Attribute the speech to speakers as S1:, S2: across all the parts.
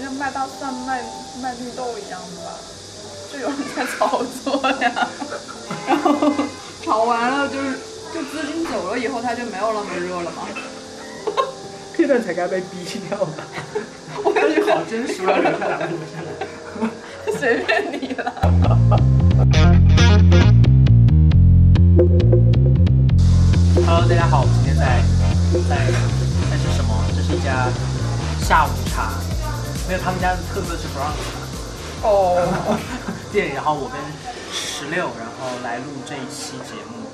S1: 像卖到算卖卖绿豆一样吧，就有人在炒作呀。然后炒完了就是，就资金走了以后，它就没有那么热了嘛。
S2: 这段才该被逼掉吧？
S1: 我也觉
S3: 好
S1: 得
S3: 真实啊，留下来，留下来。
S1: 随便你了。
S3: Hello，大家好，我们今天在在在吃什么？这是一家下午茶，没有他们家的特色是不让
S1: 哦，
S3: 店，然后我跟石榴，然后来录这一期节目。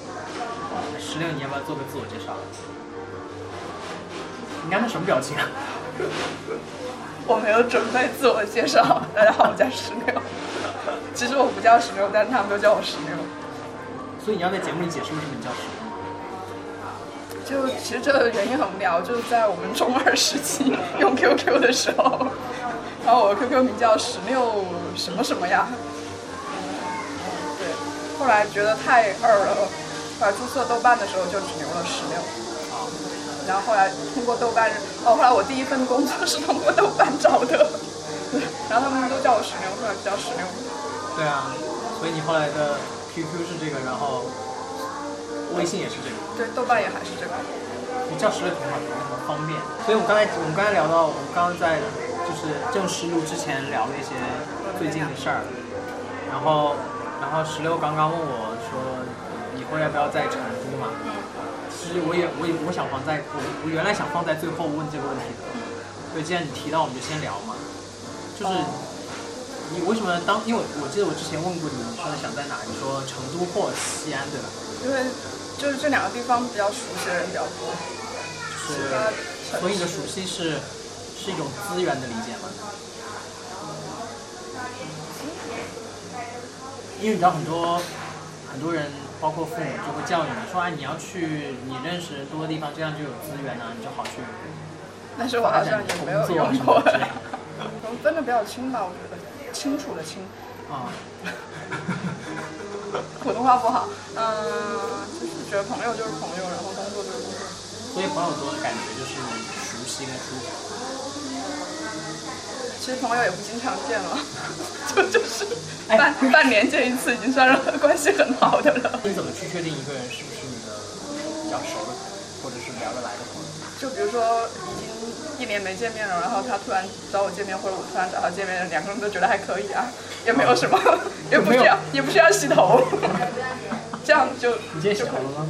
S3: 石榴，你要不要做个自我介绍？你刚才什么表情啊？
S1: 我没有准备自我介绍，大家好，我叫石榴。其实我不叫石榴，但是他们都叫我石榴。
S3: 所以你要在节目里解释为什么你叫石榴吗？
S1: 就其实这个原因很无聊，就是在我们中二时期 用 QQ 的时候，然后我的 QQ 名叫十六什么什么呀，对，后来觉得太二了，后来注册豆瓣的时候就只留了十六，然后后来通过豆瓣，哦，后来我第一份工作是通过豆瓣找的， 然后他们都叫我十六，后来就叫十六，
S3: 对啊，所以你后来的 QQ 是这个，然后微信也是这个。
S1: 对，豆瓣也还是这个，
S3: 你叫石榴挺好的，很方便。所以我们刚才我们刚才聊到，我们刚刚在就是正式录之前聊了一些最近的事儿，然后然后石榴刚刚问我说，以后要不要在成都嘛？其实我也我也我想放在我我原来想放在最后问这个问题的，所以既然你提到，我们就先聊嘛。就是你为什么当？因为我我记得我之前问过你，你说想在哪？你说成都或西安对吧？
S1: 因为就是这两个地方比较熟悉的人比较多，其
S3: 就是
S1: 他城
S3: 所以你的
S1: 市
S3: 熟悉是是一种资源的理解吗？因为你知道很多很多人，包括父母就会教育你说，哎，你要去你认识多的地方，这样就有资源啊，你就好去
S1: 但是我
S3: 发
S1: 好
S3: 展
S1: 像
S3: 你
S1: 也
S3: 的
S1: 没有
S3: 工作啊
S1: 用
S3: 什么
S1: 过
S3: 之。类的。
S1: 我们分的比较清吧，我觉得清楚的清，
S3: 啊、
S1: 普通话不好。嗯、就是觉得朋友就是朋友，然后工作就是工作。
S3: 所以朋友多的感觉就是你熟悉跟舒服。
S1: 其实朋友也不经常见了，就就是
S3: 哎
S1: 半、半年见一次，已经算是关系很好的了。
S3: 你怎么去确定一个人是不是你的比较熟的，或者是聊得来的朋友？
S1: 就比如说已经一年没见面了，然后他突然找我见面，或者我突然找他见面，两个人都觉得还可以啊，也没有什么，也不需要也不需要洗头，这样就
S3: 你今天
S1: 就
S3: 想
S1: 可以
S3: 了吗？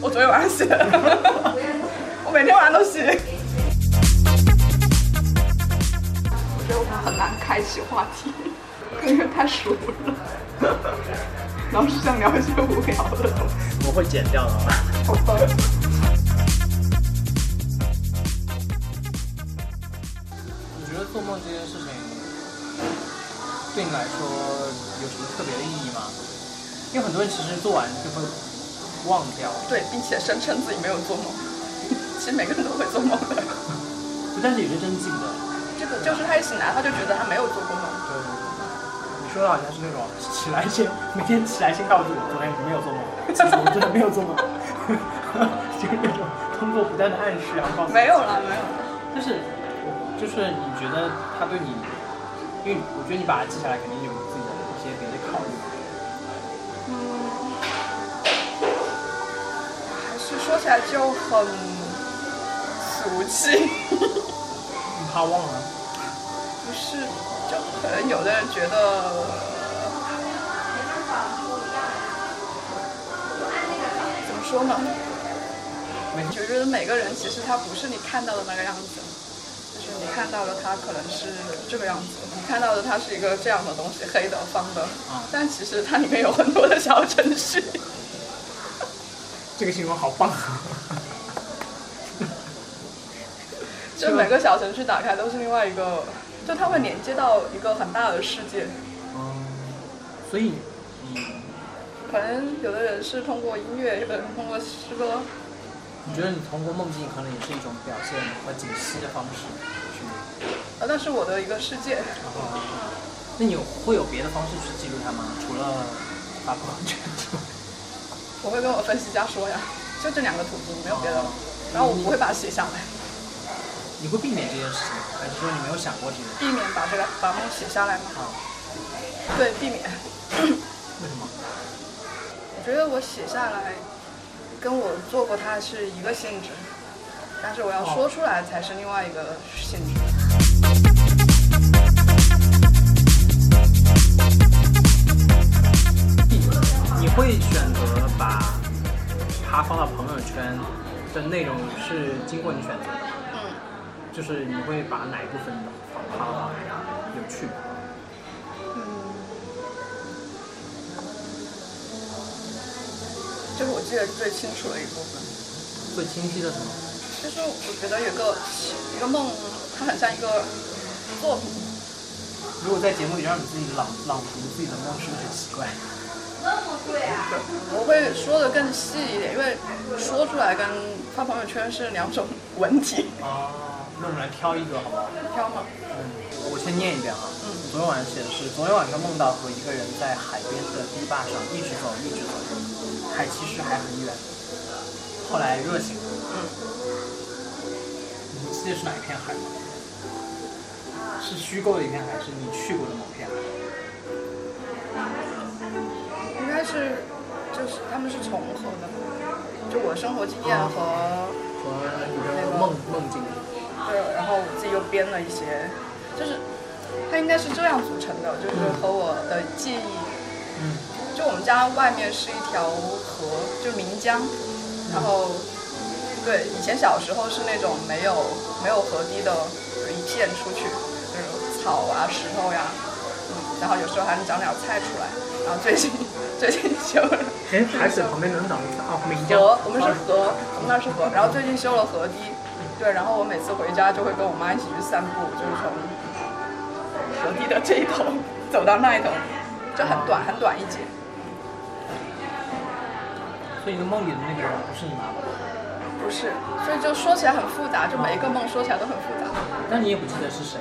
S1: 我昨天晚上洗的， 我每天晚上都洗。我觉得我们很难开启话题，因为太熟了，老是想聊一些无聊的东西。
S3: 我会剪掉的啊。
S1: 好吧。
S3: 你觉得做梦这件事情对你来说有什么特别的意义吗？因为很多人其实做完就会忘掉，
S1: 对，并且声称自己没有做梦，其实每个人都会做梦的。
S3: 但是有些真记不得。
S1: 这个就是他一醒来，他就觉得他没有做过梦。
S3: 对，你说的好像是那种起来先每天起来先告诉自己昨天没有做梦，其实我真的没有做梦， 就是那种通过不断的暗示然后告诉自己
S1: 没有啦，没有啦。
S3: 但是就是你觉得他对你，因为我觉得你把它记下来肯定有自己的一些别的考虑。
S1: 还是说起来就很俗气。
S3: 你怕忘了？
S1: 不是，就可能有的人觉得，怎么说呢？
S3: 没
S1: 就觉得每个人其实他不是你看到的那个样子，就是你看到的他可能是这个样子，你看到的他是一个这样的东西，黑的、方的
S3: 嗯，
S1: 但其实它里面有很多的小程序。
S3: 这个形容好棒。啊
S1: 就每个小程序打开都是另外一个，就它会连接到一个很大的世界。
S3: 所以你
S1: 可能有的人是通过音乐，有的人通过诗歌，
S3: 你觉得你通过梦境可能也是一种表现和解析的方式去，
S1: 呃，那是我的一个世界。
S3: 然后那你有会有别的方式去记录它吗？除了发朋 友圈之外，
S1: 我会跟我分析家说呀，就这两个途径，没有别的了
S3: 哦。
S1: 然后我不会把它写下来，
S3: 你会避免这件事情吗，还是说你没有想过这件事？
S1: 避免把这个把梦写下来嘛。
S3: 啊，
S1: 对，避免。
S3: 为什么？
S1: 我觉得我写下来，跟我做过它是一个性质，但是我要说出来才是另外一个性质。
S3: 你会选择把它放到朋友圈的内容是经过你选择的，
S1: 嗯，
S3: 就是你会把哪一部分放发到朋友圈有趣？
S1: 这是我记得最清楚的一部分。
S3: 最清晰的什么？
S1: 就是我觉得有个一个梦，它很像一个作品，
S3: 如果在节目里让你自己朗朗读自己的梦，是不是很奇怪？
S1: 我会说的更细一点，因为说出来跟发朋友圈是两种 文体。
S3: 哦，那我们来挑一个好不好？
S1: 挑嘛，
S3: 我先念一遍啊。昨天晚上写的是，昨天晚上梦到和一个人在海边的堤坝上一直走，一直走，海其实还很远。后来热醒了。嗯你记得是哪一片海吗？是虚构的一片海，是你去过的某片海？
S1: 应该是就是他们是重合的，就我生活经验和
S3: 和你的梦梦境。
S1: 对，然后我自己又编了一些，就是它应该是这样组成的，就是和我的记忆
S3: 嗯
S1: 就我们家外面是一条河，就是岷江，然后对，以前小时候是那种没有没有河堤的，就是一片出去就是草啊、石头呀、嗯，然后有时候还能长点菜出来，然后最近最近修了
S2: 哎，海水旁边能长啥？哦，岷江
S1: 河，我们是河，我们那儿是河，然后最近修了河堤，对，然后我每次回家就会跟我妈一起去散步，就是从河堤的这一头走到那一头，就很短很短一截。
S3: 所以你的梦里的那个人不是你妈妈，
S1: 不是，所以就说起来很复杂，就每一个梦说起来都很复杂。
S3: 但你也不记得是谁。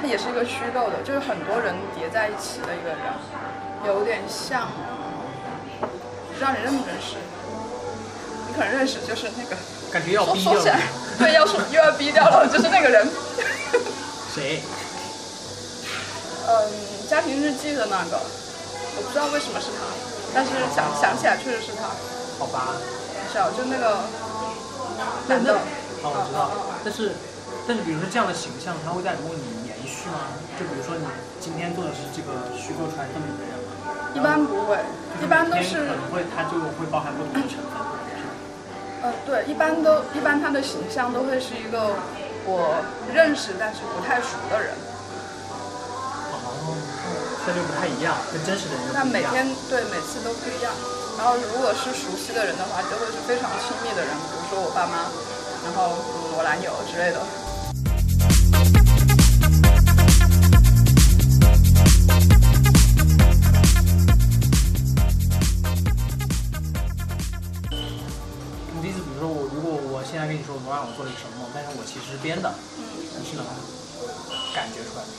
S1: 它也是一个虚构的，就是很多人叠在一起的一个人，有点像，不知道你认不认识？你可能认识，就是那个
S3: 感觉要
S1: 说
S3: 逼
S1: 说
S3: 掉
S1: 起来，对，要说又要逼掉了，就是那个人，
S3: 谁？
S1: 嗯，家庭日记的那个，我不知道为什么是他，但是想想起来确实是他，
S3: 好吧，
S1: 是啊，就那个男的，
S3: 哦，我知道，但是但是，比如说这样的形象，它会在梦里延续吗？就比如说你今天做的是这个虚构出来这么一个人啊嘛，
S1: 一般不会，一般都
S3: 就是每天可能会它就会包含不同的成分。
S1: 呃，对，一般都一般他的形象都会是一个我认识但是不太熟的人，
S3: 哦，这就不太一样，跟真实的人就
S1: 那
S3: 不一
S1: 每
S3: 样。
S1: 天对每次都不一样。然后如果是熟悉的人的话，就会是非常亲密的人，比如说我爸妈，然后嗯我男友之类的。
S3: 你的意思，比如说我，如果我现在跟你说昨晚我做了一个什么梦，但是我其实是编的，你是能感觉出来的。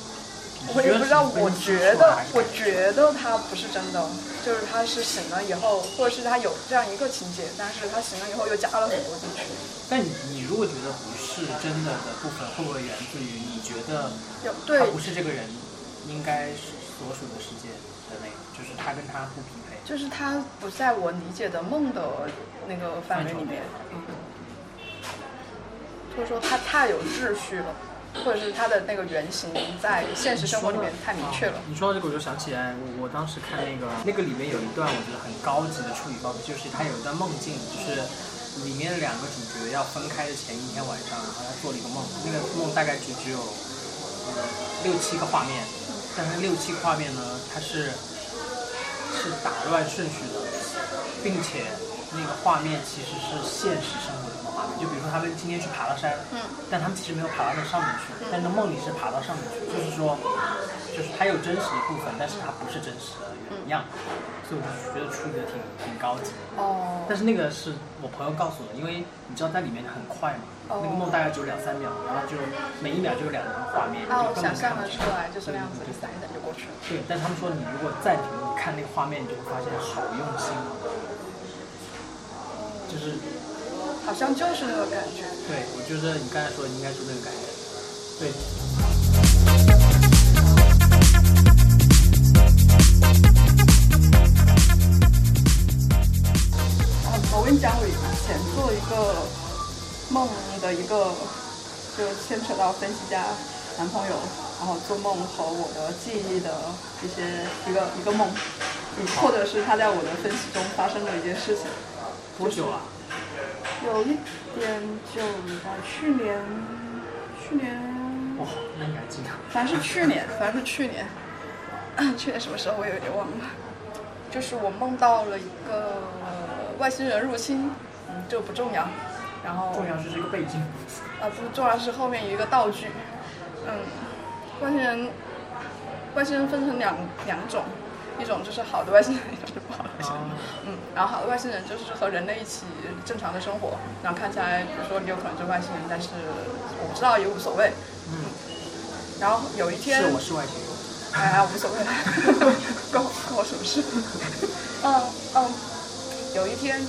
S3: 你
S1: 我也
S3: 觉得
S1: 不知道，
S3: 是
S1: 我
S3: 分析
S1: 觉
S3: 出来
S1: 得
S3: 还是
S1: 我觉得他不是真的，就是他是醒了以后，或者是他有这样一个情节，但是他醒了以后又加了很多进去。
S3: 但你你如果觉得不是真的的部分，会不会源自于你觉得
S1: 有
S3: 他
S1: 对，
S3: 不是这个人应该是所属的世界的那个，就是他跟他不匹配。
S1: 就是他不在我理解的梦的那个范围里面，嗯或者说他太有秩序了，或者是他的那个原型在现实生活里面太明确了
S3: 啊。你说到这个，我就想起来，我我当时看那个那个里面有一段我觉得很高级的处理方式，就是他有一段梦境，就是里面两个主角要分开的前一天晚上，然后他做了一个梦，那个梦大概只只有呃六七个画面，但是六七个画面呢，它是是打乱顺序的，并且那个画面其实是现实生活中的画面，就比如说他们今天去爬了山，
S1: 嗯，
S3: 但他们其实没有爬到那上面去，但是梦里是爬到上面去，就是说，就是它有真实的部分，但是它不是真实的原样，所以我就觉得处理的挺挺高级。
S1: 哦
S3: 但是那个是我朋友告诉我的，因为你知道在里面很快嘛，
S1: 哦
S3: 那个梦大概只有两三秒，然后就每一秒就有两张画面，
S1: 啊，我
S3: 就根
S1: 想
S3: 本看
S1: 象
S3: 不
S1: 得
S3: 清
S1: 出来，就是那样子，就闪一闪就过去了。
S3: 对，但他们说你如果暂停你看那个画面，你就会发现好用心啊，就是
S1: 好好像就是那个感觉。
S3: 对，我觉得你刚才说的应该是那个感觉。对，
S1: 哦，我跟你讲，我以前做一个梦的一个，就牵扯到分析家男朋友，然后做梦和我的记忆的一些一个一个梦，嗯或者是他在我的分析中发生的一件事情。
S3: 多久啊？
S1: 有一点久了吧，去年，去年
S3: 哇，那你还记得？
S1: 反正是去年，反正是去年，去年什么时候我有点忘了。就是我梦到了一个外星人入侵，嗯，这个不重要。然后
S3: 重要是这个背景。
S1: 啊，不重要是后面有一个道具，嗯，外星人，外星人分成两两种，一种就是好的外星人，一种就是不好的外 星人。嗯，然后好的外星人就是和人类一起正常的生活，然后看起来，比如说你有可能是外星人，但是我不知道也无所谓。
S3: 嗯，
S1: 然后有一天，
S3: 是我是外星人。
S1: 哎呀，无所 谓，关我关我什么事？嗯嗯，有一天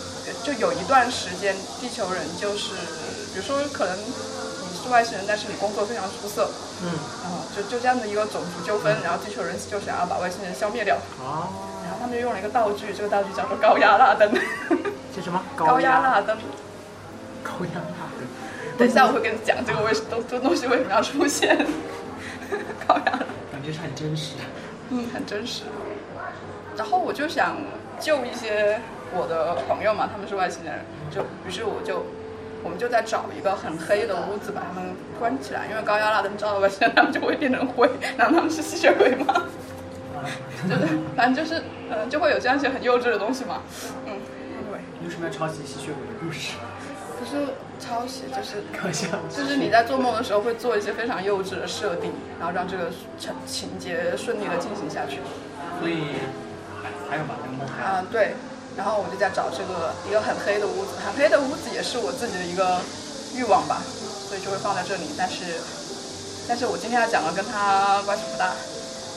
S1: 就有一段时间，地球人就是，比如说可能你是外星人，但是你工作非常出色，
S3: 嗯，
S1: 然后就就这样的一个种族纠纷，然后地球人就想要啊把外星人消灭掉，
S3: 哦，
S1: 然后他们就用了一个道具，这个道具叫做高压蜡灯，
S3: 这什么？
S1: 高压
S3: 压
S1: 蜡灯。
S3: 高压蜡灯。
S1: 等一下我会跟你讲这个为什么这东西为什么要出现， 高压蜡
S3: 感觉是很真 实。
S1: 嗯，很真实。然后我就想救一些我的朋友嘛，他们是外星人，就于是我就我们就在找一个很黑的屋子把他们关起来，因为高压蜡灯照到外星人，他们就会变成灰，难道他们是吸血鬼吗？ 就是反正就是嗯、呃就会有这样一些很幼稚的东西嘛，嗯，anyway，
S3: 你为什么要抄袭吸血鬼的故事？
S1: 可是抄袭就是
S3: 搞笑。
S1: 就是你在做梦的时候会做一些非常幼稚的设定，然后让这个情情节顺利的进行下去。
S3: 所以还有吧，那个梦还有。
S1: 啊，对。然后我就在找这个一个很黑的屋子，很黑的屋子也是我自己的一个欲望吧，所以就会放在这里。但是，但是我今天要讲的跟它关系不大。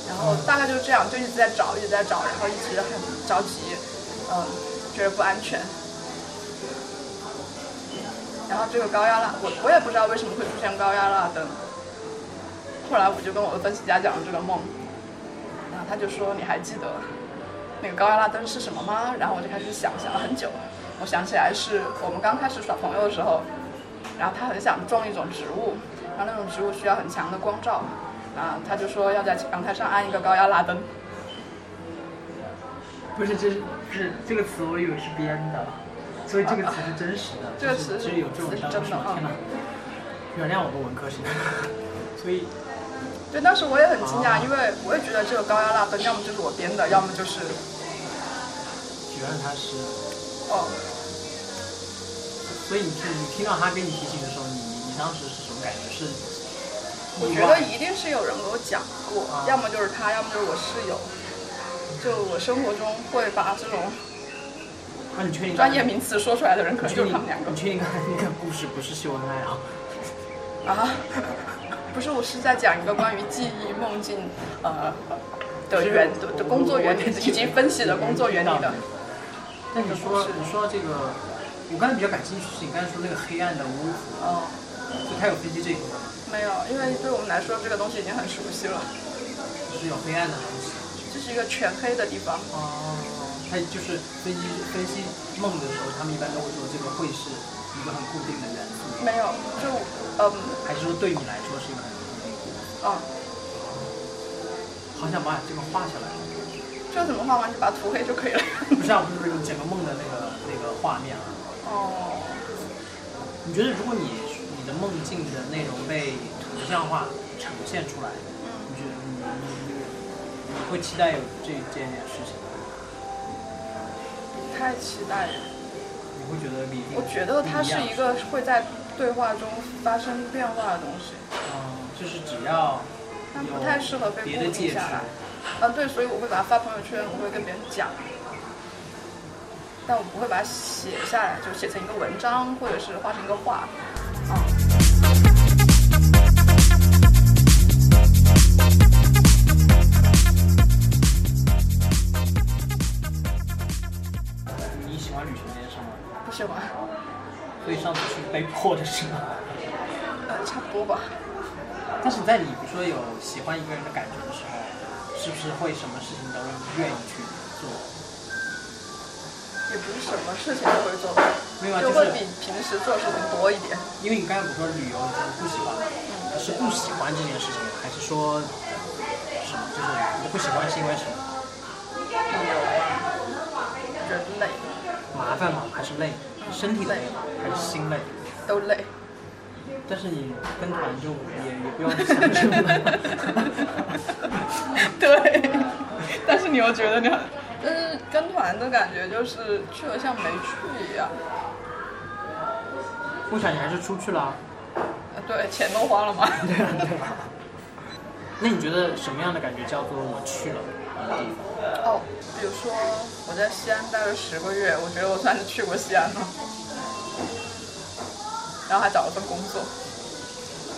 S1: 然后大概就是这样，就一直在找，一直在找，然后一直很着急，嗯，觉得不安全。然后这个高压蜡，我我也不知道为什么会出现高压蜡灯。后来我就跟我的分析家讲了这个梦，然后他就说你还记得那个高压蜡灯是什么吗？然后我就开始想，想了很久，我想起来是我们刚开始耍朋友的时候，然后他很想种一种植物，然后那种植物需要很强的光照，啊，他就说要在阳台上安一个高压蜡灯，
S3: 不是，这是是这个词，我以为是编的，所以这个词是真实的。
S1: 这个词
S3: 就是是有这种当时
S1: 词是真的啊
S3: 天哪！原谅我个文科生。 所以
S1: 对，当时我也很惊讶，因为我也觉得这个高压蜡灯要么就是我编的，要么就是
S3: 原来他是，
S1: 哦，
S3: 所以你听你听到他给你提醒的时候，你你你当时是什么感觉？是
S1: 我
S3: 意
S1: 觉
S3: 外
S1: 得一定是有人给我讲过
S3: 啊，
S1: 要么就是他，要么就是我室友。就我生活中会把这种
S3: 啊，你确定
S1: 专业名词说出来的人，可
S3: 你
S1: 能就
S3: 确
S1: 是
S3: 定
S1: 他们两个
S3: 你确定刚才那个故事不是秀恩爱啊？
S1: 啊。 不是，我是在讲一个关于记忆、梦境，呃的原的的工作原理以及分析的工作原理的。
S3: 那你说你说到这个，我刚才比较感兴趣是你刚才说那个黑暗的屋子，
S1: 哦，
S3: 就它有飞机这一部分吗，
S1: 没有，因为对我们来说这个东西已经很熟悉了，
S3: 就是有黑暗的东西。
S1: 这是一个全黑的地方。
S3: 哦，它就是分析分析梦的时候，他们一般都会说这个会是一个很固定的元素，
S1: 没有，就嗯
S3: 还是说对你来说是一个很固定的元素？
S1: 啊，
S3: 好想把这个画下来，
S1: 这怎么画完就把它涂黑就可以了。
S3: 不是啊，不是不是整个梦的那个那个画面啊。
S1: 哦，
S3: 你觉得如果你你的梦境的内容被图像化呈现出来，你觉得你你你你会期待有这这件事情吗？
S1: 太期待了。
S3: 你会觉得比
S1: 我觉得它是一个会在对话中发生变化的东西，
S3: 嗯，就是只要
S1: 它
S3: 有
S1: 不太适合被
S3: 别的
S1: 固
S3: 介
S1: 定
S3: 质
S1: 下来。啊，对，所以我会把它发朋友圈，我会跟别人讲，但我不会把它写下来，就写成一个文章，或者是画成一个画。啊，
S3: 你喜欢旅行这件事吗？
S1: 不喜欢。
S3: 所以上次是吗？
S1: 呃，差不多吧。
S3: 但是在你比如说有喜欢一个人的感觉的时候，是不是会什么事情都愿意去做？
S1: 也不是什么事情都会做，
S3: 没有啊，
S1: 就
S3: 就
S1: 会
S3: 是
S1: 比平时做的事情多一点。
S3: 因为你刚才不是说旅游你是不喜欢吗？是不喜欢这件事情，还是说什么？就是你不喜欢是因为什么？
S1: 旅游啊，人 类
S3: 麻烦吗？还是累？身体累吗？还是心累？
S1: 都累，
S3: 但是你跟团就也也不用想这么
S1: 对。但是你又觉得 你，但是跟团的感觉就是去了像没去一样。
S3: 不想你还是出去了啊。
S1: 呃对，钱都花了嘛。
S3: 对啊，对啊。那你觉得什么样的感觉叫做我去了一个地方？
S1: 哦，比如说我在西安待了十个月，我觉得我算是去过西安了。然后还找了份工作，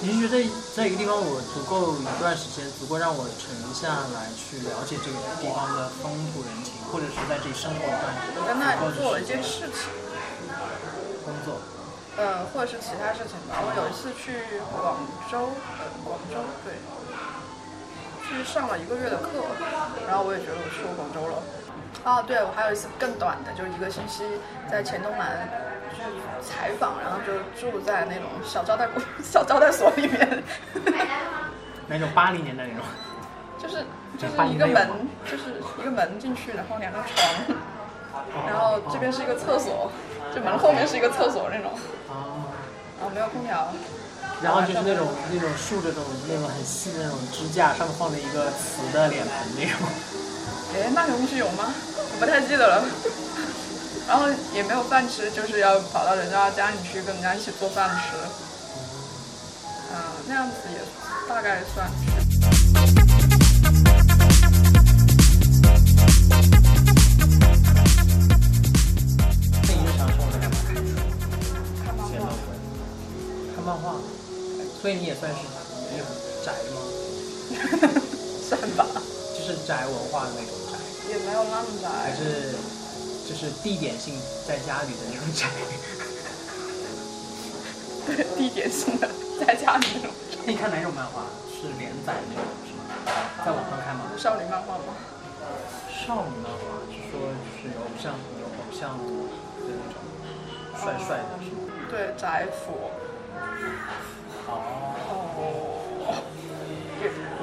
S3: 你是觉得在一个地方我足够一段时间，足够让我沉下来去了解这个地方的风土人情，或者是在这里生活一段
S1: 我在那
S3: 足够
S1: 里
S3: 的
S1: 做了一
S3: 时间
S1: 件事情，
S3: 工作，
S1: 呃，或者是其他事情吧。我有一次去广州，呃，广州对，去上了一个月的课，然后我也觉得我去过广州了。哦，对，我还有一次更短的，就是一个星期在黔东南去采访，然后就住在那种小招待公 小招待所里面。
S3: 那种八零年代那种。
S1: 就是就
S3: 把
S1: 是
S3: 你
S1: 一个
S3: 累
S1: 门
S3: 了吗，
S1: 就是一个门进去，然后两张床， 然后这边是一个厕所，就门后面是一个厕所那种，
S3: 哦。
S1: 啊，没有空调，
S3: 然后就是那种那种竖着那种那种很细的那种支架，上面放着一个瓷的脸盆那种。
S1: 哎，那个东西有吗？我不太记得了。然后也没有饭吃，就是要跑到人家家里去跟人家一起做饭吃，嗯、那样子也大概算是。
S3: 那你日常生活在干嘛？
S1: 看漫画，
S3: 看漫画。所以你也算是那种宅吗？
S1: 算吧，
S3: 就是宅文化的那种宅，
S1: 也没有那么
S3: 还
S1: 宅，
S3: 是就是地点性在家里的那种宅？
S1: 对，地点性的，在家里那种
S3: 那你看哪种漫画？是连载的那种是吗？在网上看吗？
S1: 少女漫画吗？
S3: 少女漫画是说就是有偶像有偶像的那种帅帅的是吗？
S1: 对，宅腐。哦，
S3: 哦，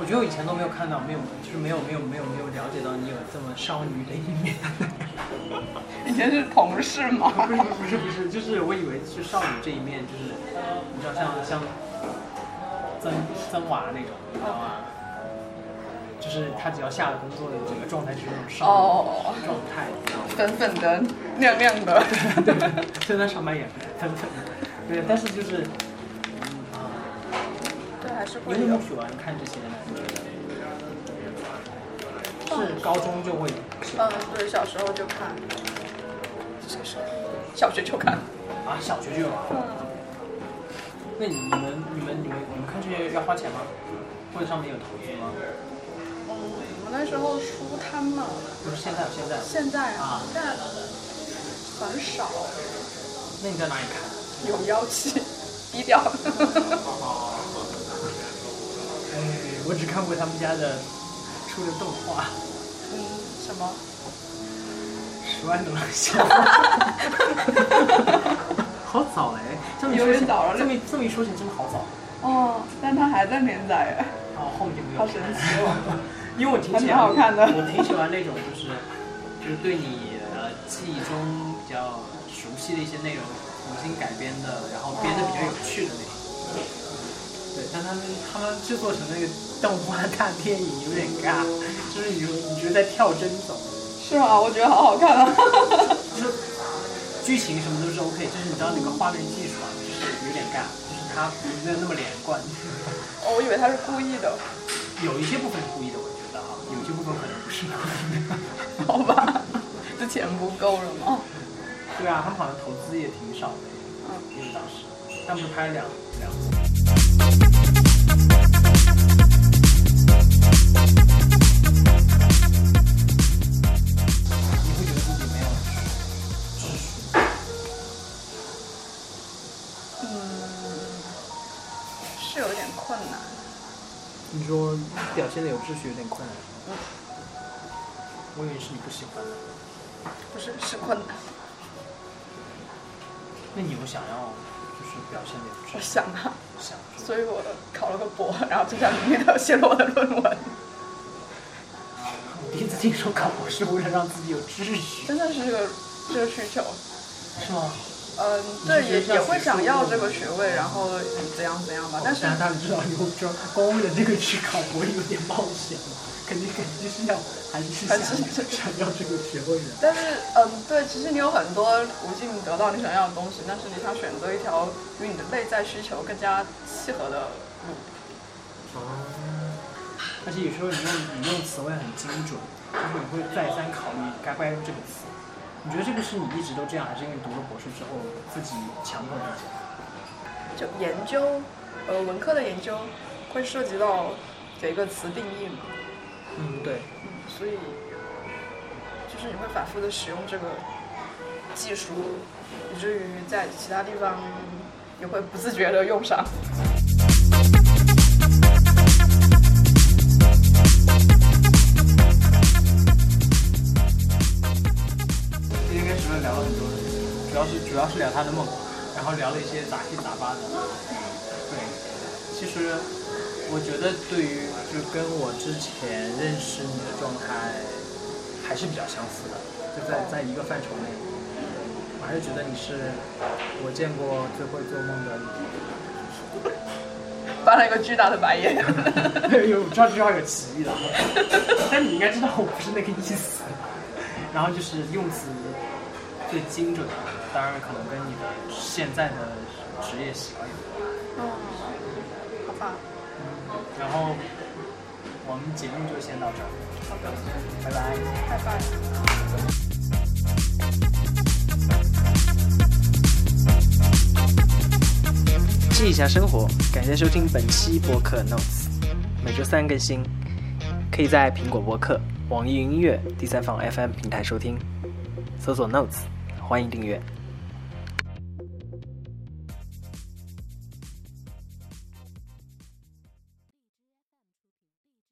S3: 我觉得我以前都没有看到，没有就是没有没有没有没有了解到你有这么少女的一面。
S1: 以前是同事吗？
S3: 不是不是不是，就是我以为是少女这一面，就是你知道像像曾曾娃那种，你知道吗？就是她只要下了工作的整个状态就是那种少
S1: 哦，
S3: 女状态，你知道吗？
S1: 粉粉的，亮亮的。
S3: 虽然她上班也很很，对，但是就是，嗯啊，
S1: 对，还是
S3: 你
S1: 会
S3: 为什
S1: 有
S3: 么。喜欢看这些呢？你觉得是高中就会喜欢
S1: 嗯，对，小时候就看。小时候，小学就看。
S3: 啊，小学就有啊？那你你们你们你们你们看这些要花钱吗？或者上面有投资吗？
S1: 嗯，我那时候书摊嘛，
S3: 不是现在有现在有，
S1: 现在啊
S3: 啊，
S1: 现在很少
S3: 那你在哪里看？
S1: 有妖气，低调。
S3: 哎， 我只看过他们家的出的动画，
S1: 嗯，什么？
S3: 十万多 笑。好早哎，这么一
S1: 有
S3: 说
S1: 点
S3: 起，
S1: 早了
S3: 这么一这么一说起，真的好早。
S1: 哦，但它还在连载哎。
S3: 哦，后面就没有。
S1: 好神奇哦！
S3: 因为我挺喜
S1: 还蛮
S3: 欢，
S1: 好看的
S3: 我挺喜欢那种就是就是对你呃记忆中比较熟悉的一些内容重新改编的，然后编的比较有趣的那种。对，但他们他们制作成那个动画大电影有点尬， 就是你你觉得在跳帧走，
S1: 是吗？我觉得好好看啊。
S3: 就是剧情什么都是 OK，就是你知道那个画面技术啊，就是有点尬，就是它没有那么连贯。
S1: 哦我以为他是故意的，
S3: 有一些部分是故意的，我觉得啊，有一些部分可能不是故意的。
S1: 好吧？ 这钱不够了吗？
S3: 对啊，他们好像投资也挺少的，
S1: 嗯
S3: 因为当时他们是拍了两两部。你会觉得自己没有知识
S1: 嗯，
S3: 你说表现的有秩序有点困难。我以为是你不喜欢的，
S1: 不是是困难。
S3: 那你有想要就是表现的有秩
S1: 我
S3: 序？
S1: 想啊，
S3: 想说
S1: 所以我考了个博，然后就想明天要写我的论文，
S3: 我第一次听说搞博士为了让自己有秩序，
S1: 真的是这个这个需求。
S3: 是吗？
S1: 嗯，对，也也会想要这个学位，然后怎样怎样吧。 但是
S3: 但他们知道你会说光为了这个去考博有点冒险了，肯定肯定是要还是想
S1: 还是
S3: 想要这个学位的。
S1: 但是，嗯，对，其实你有很多途径得到你想要的东西，但是你想选择一条与你的内在需求更加契合的路。
S3: 哦而且有时候你用你用词汇很精准，就是你会再三考虑该不该用这个词。你觉得这个是你一直都这样，还是因为读了博士之后自己强迫自己？
S1: 就研究，呃，文科的研究会涉及到给一个词定义嘛，
S3: 嗯，对。
S1: 嗯，所以就是你会反复的使用这个技术，以至于在其他地方也会不自觉的用上。
S3: 今天跟石头聊了很多，主要是主要是聊他的梦，然后聊了一些杂七杂八的。对，其实我觉得对于就跟我之前认识你的状态还是比较相似的，就在在一个范畴内，我还是觉得你是我见过最会做梦的女
S1: 翻了一个巨大的白眼。
S3: 人。有知道这句话有歧义的， 但你应该知道我不是那个意思。然后就是用词最精准的，当然可能跟你的现在的职业习惯有关。嗯
S1: 嗯，好吧，
S3: 然后我们节目就先到这儿，
S1: 好的，
S3: 拜拜。
S1: 拜拜。
S3: 记一下生活，感谢收听本期播客 Notes，每周三更新，可以在苹果播客、网易云音乐、第三方 FM 平台收听，搜索 Notes，欢迎订阅。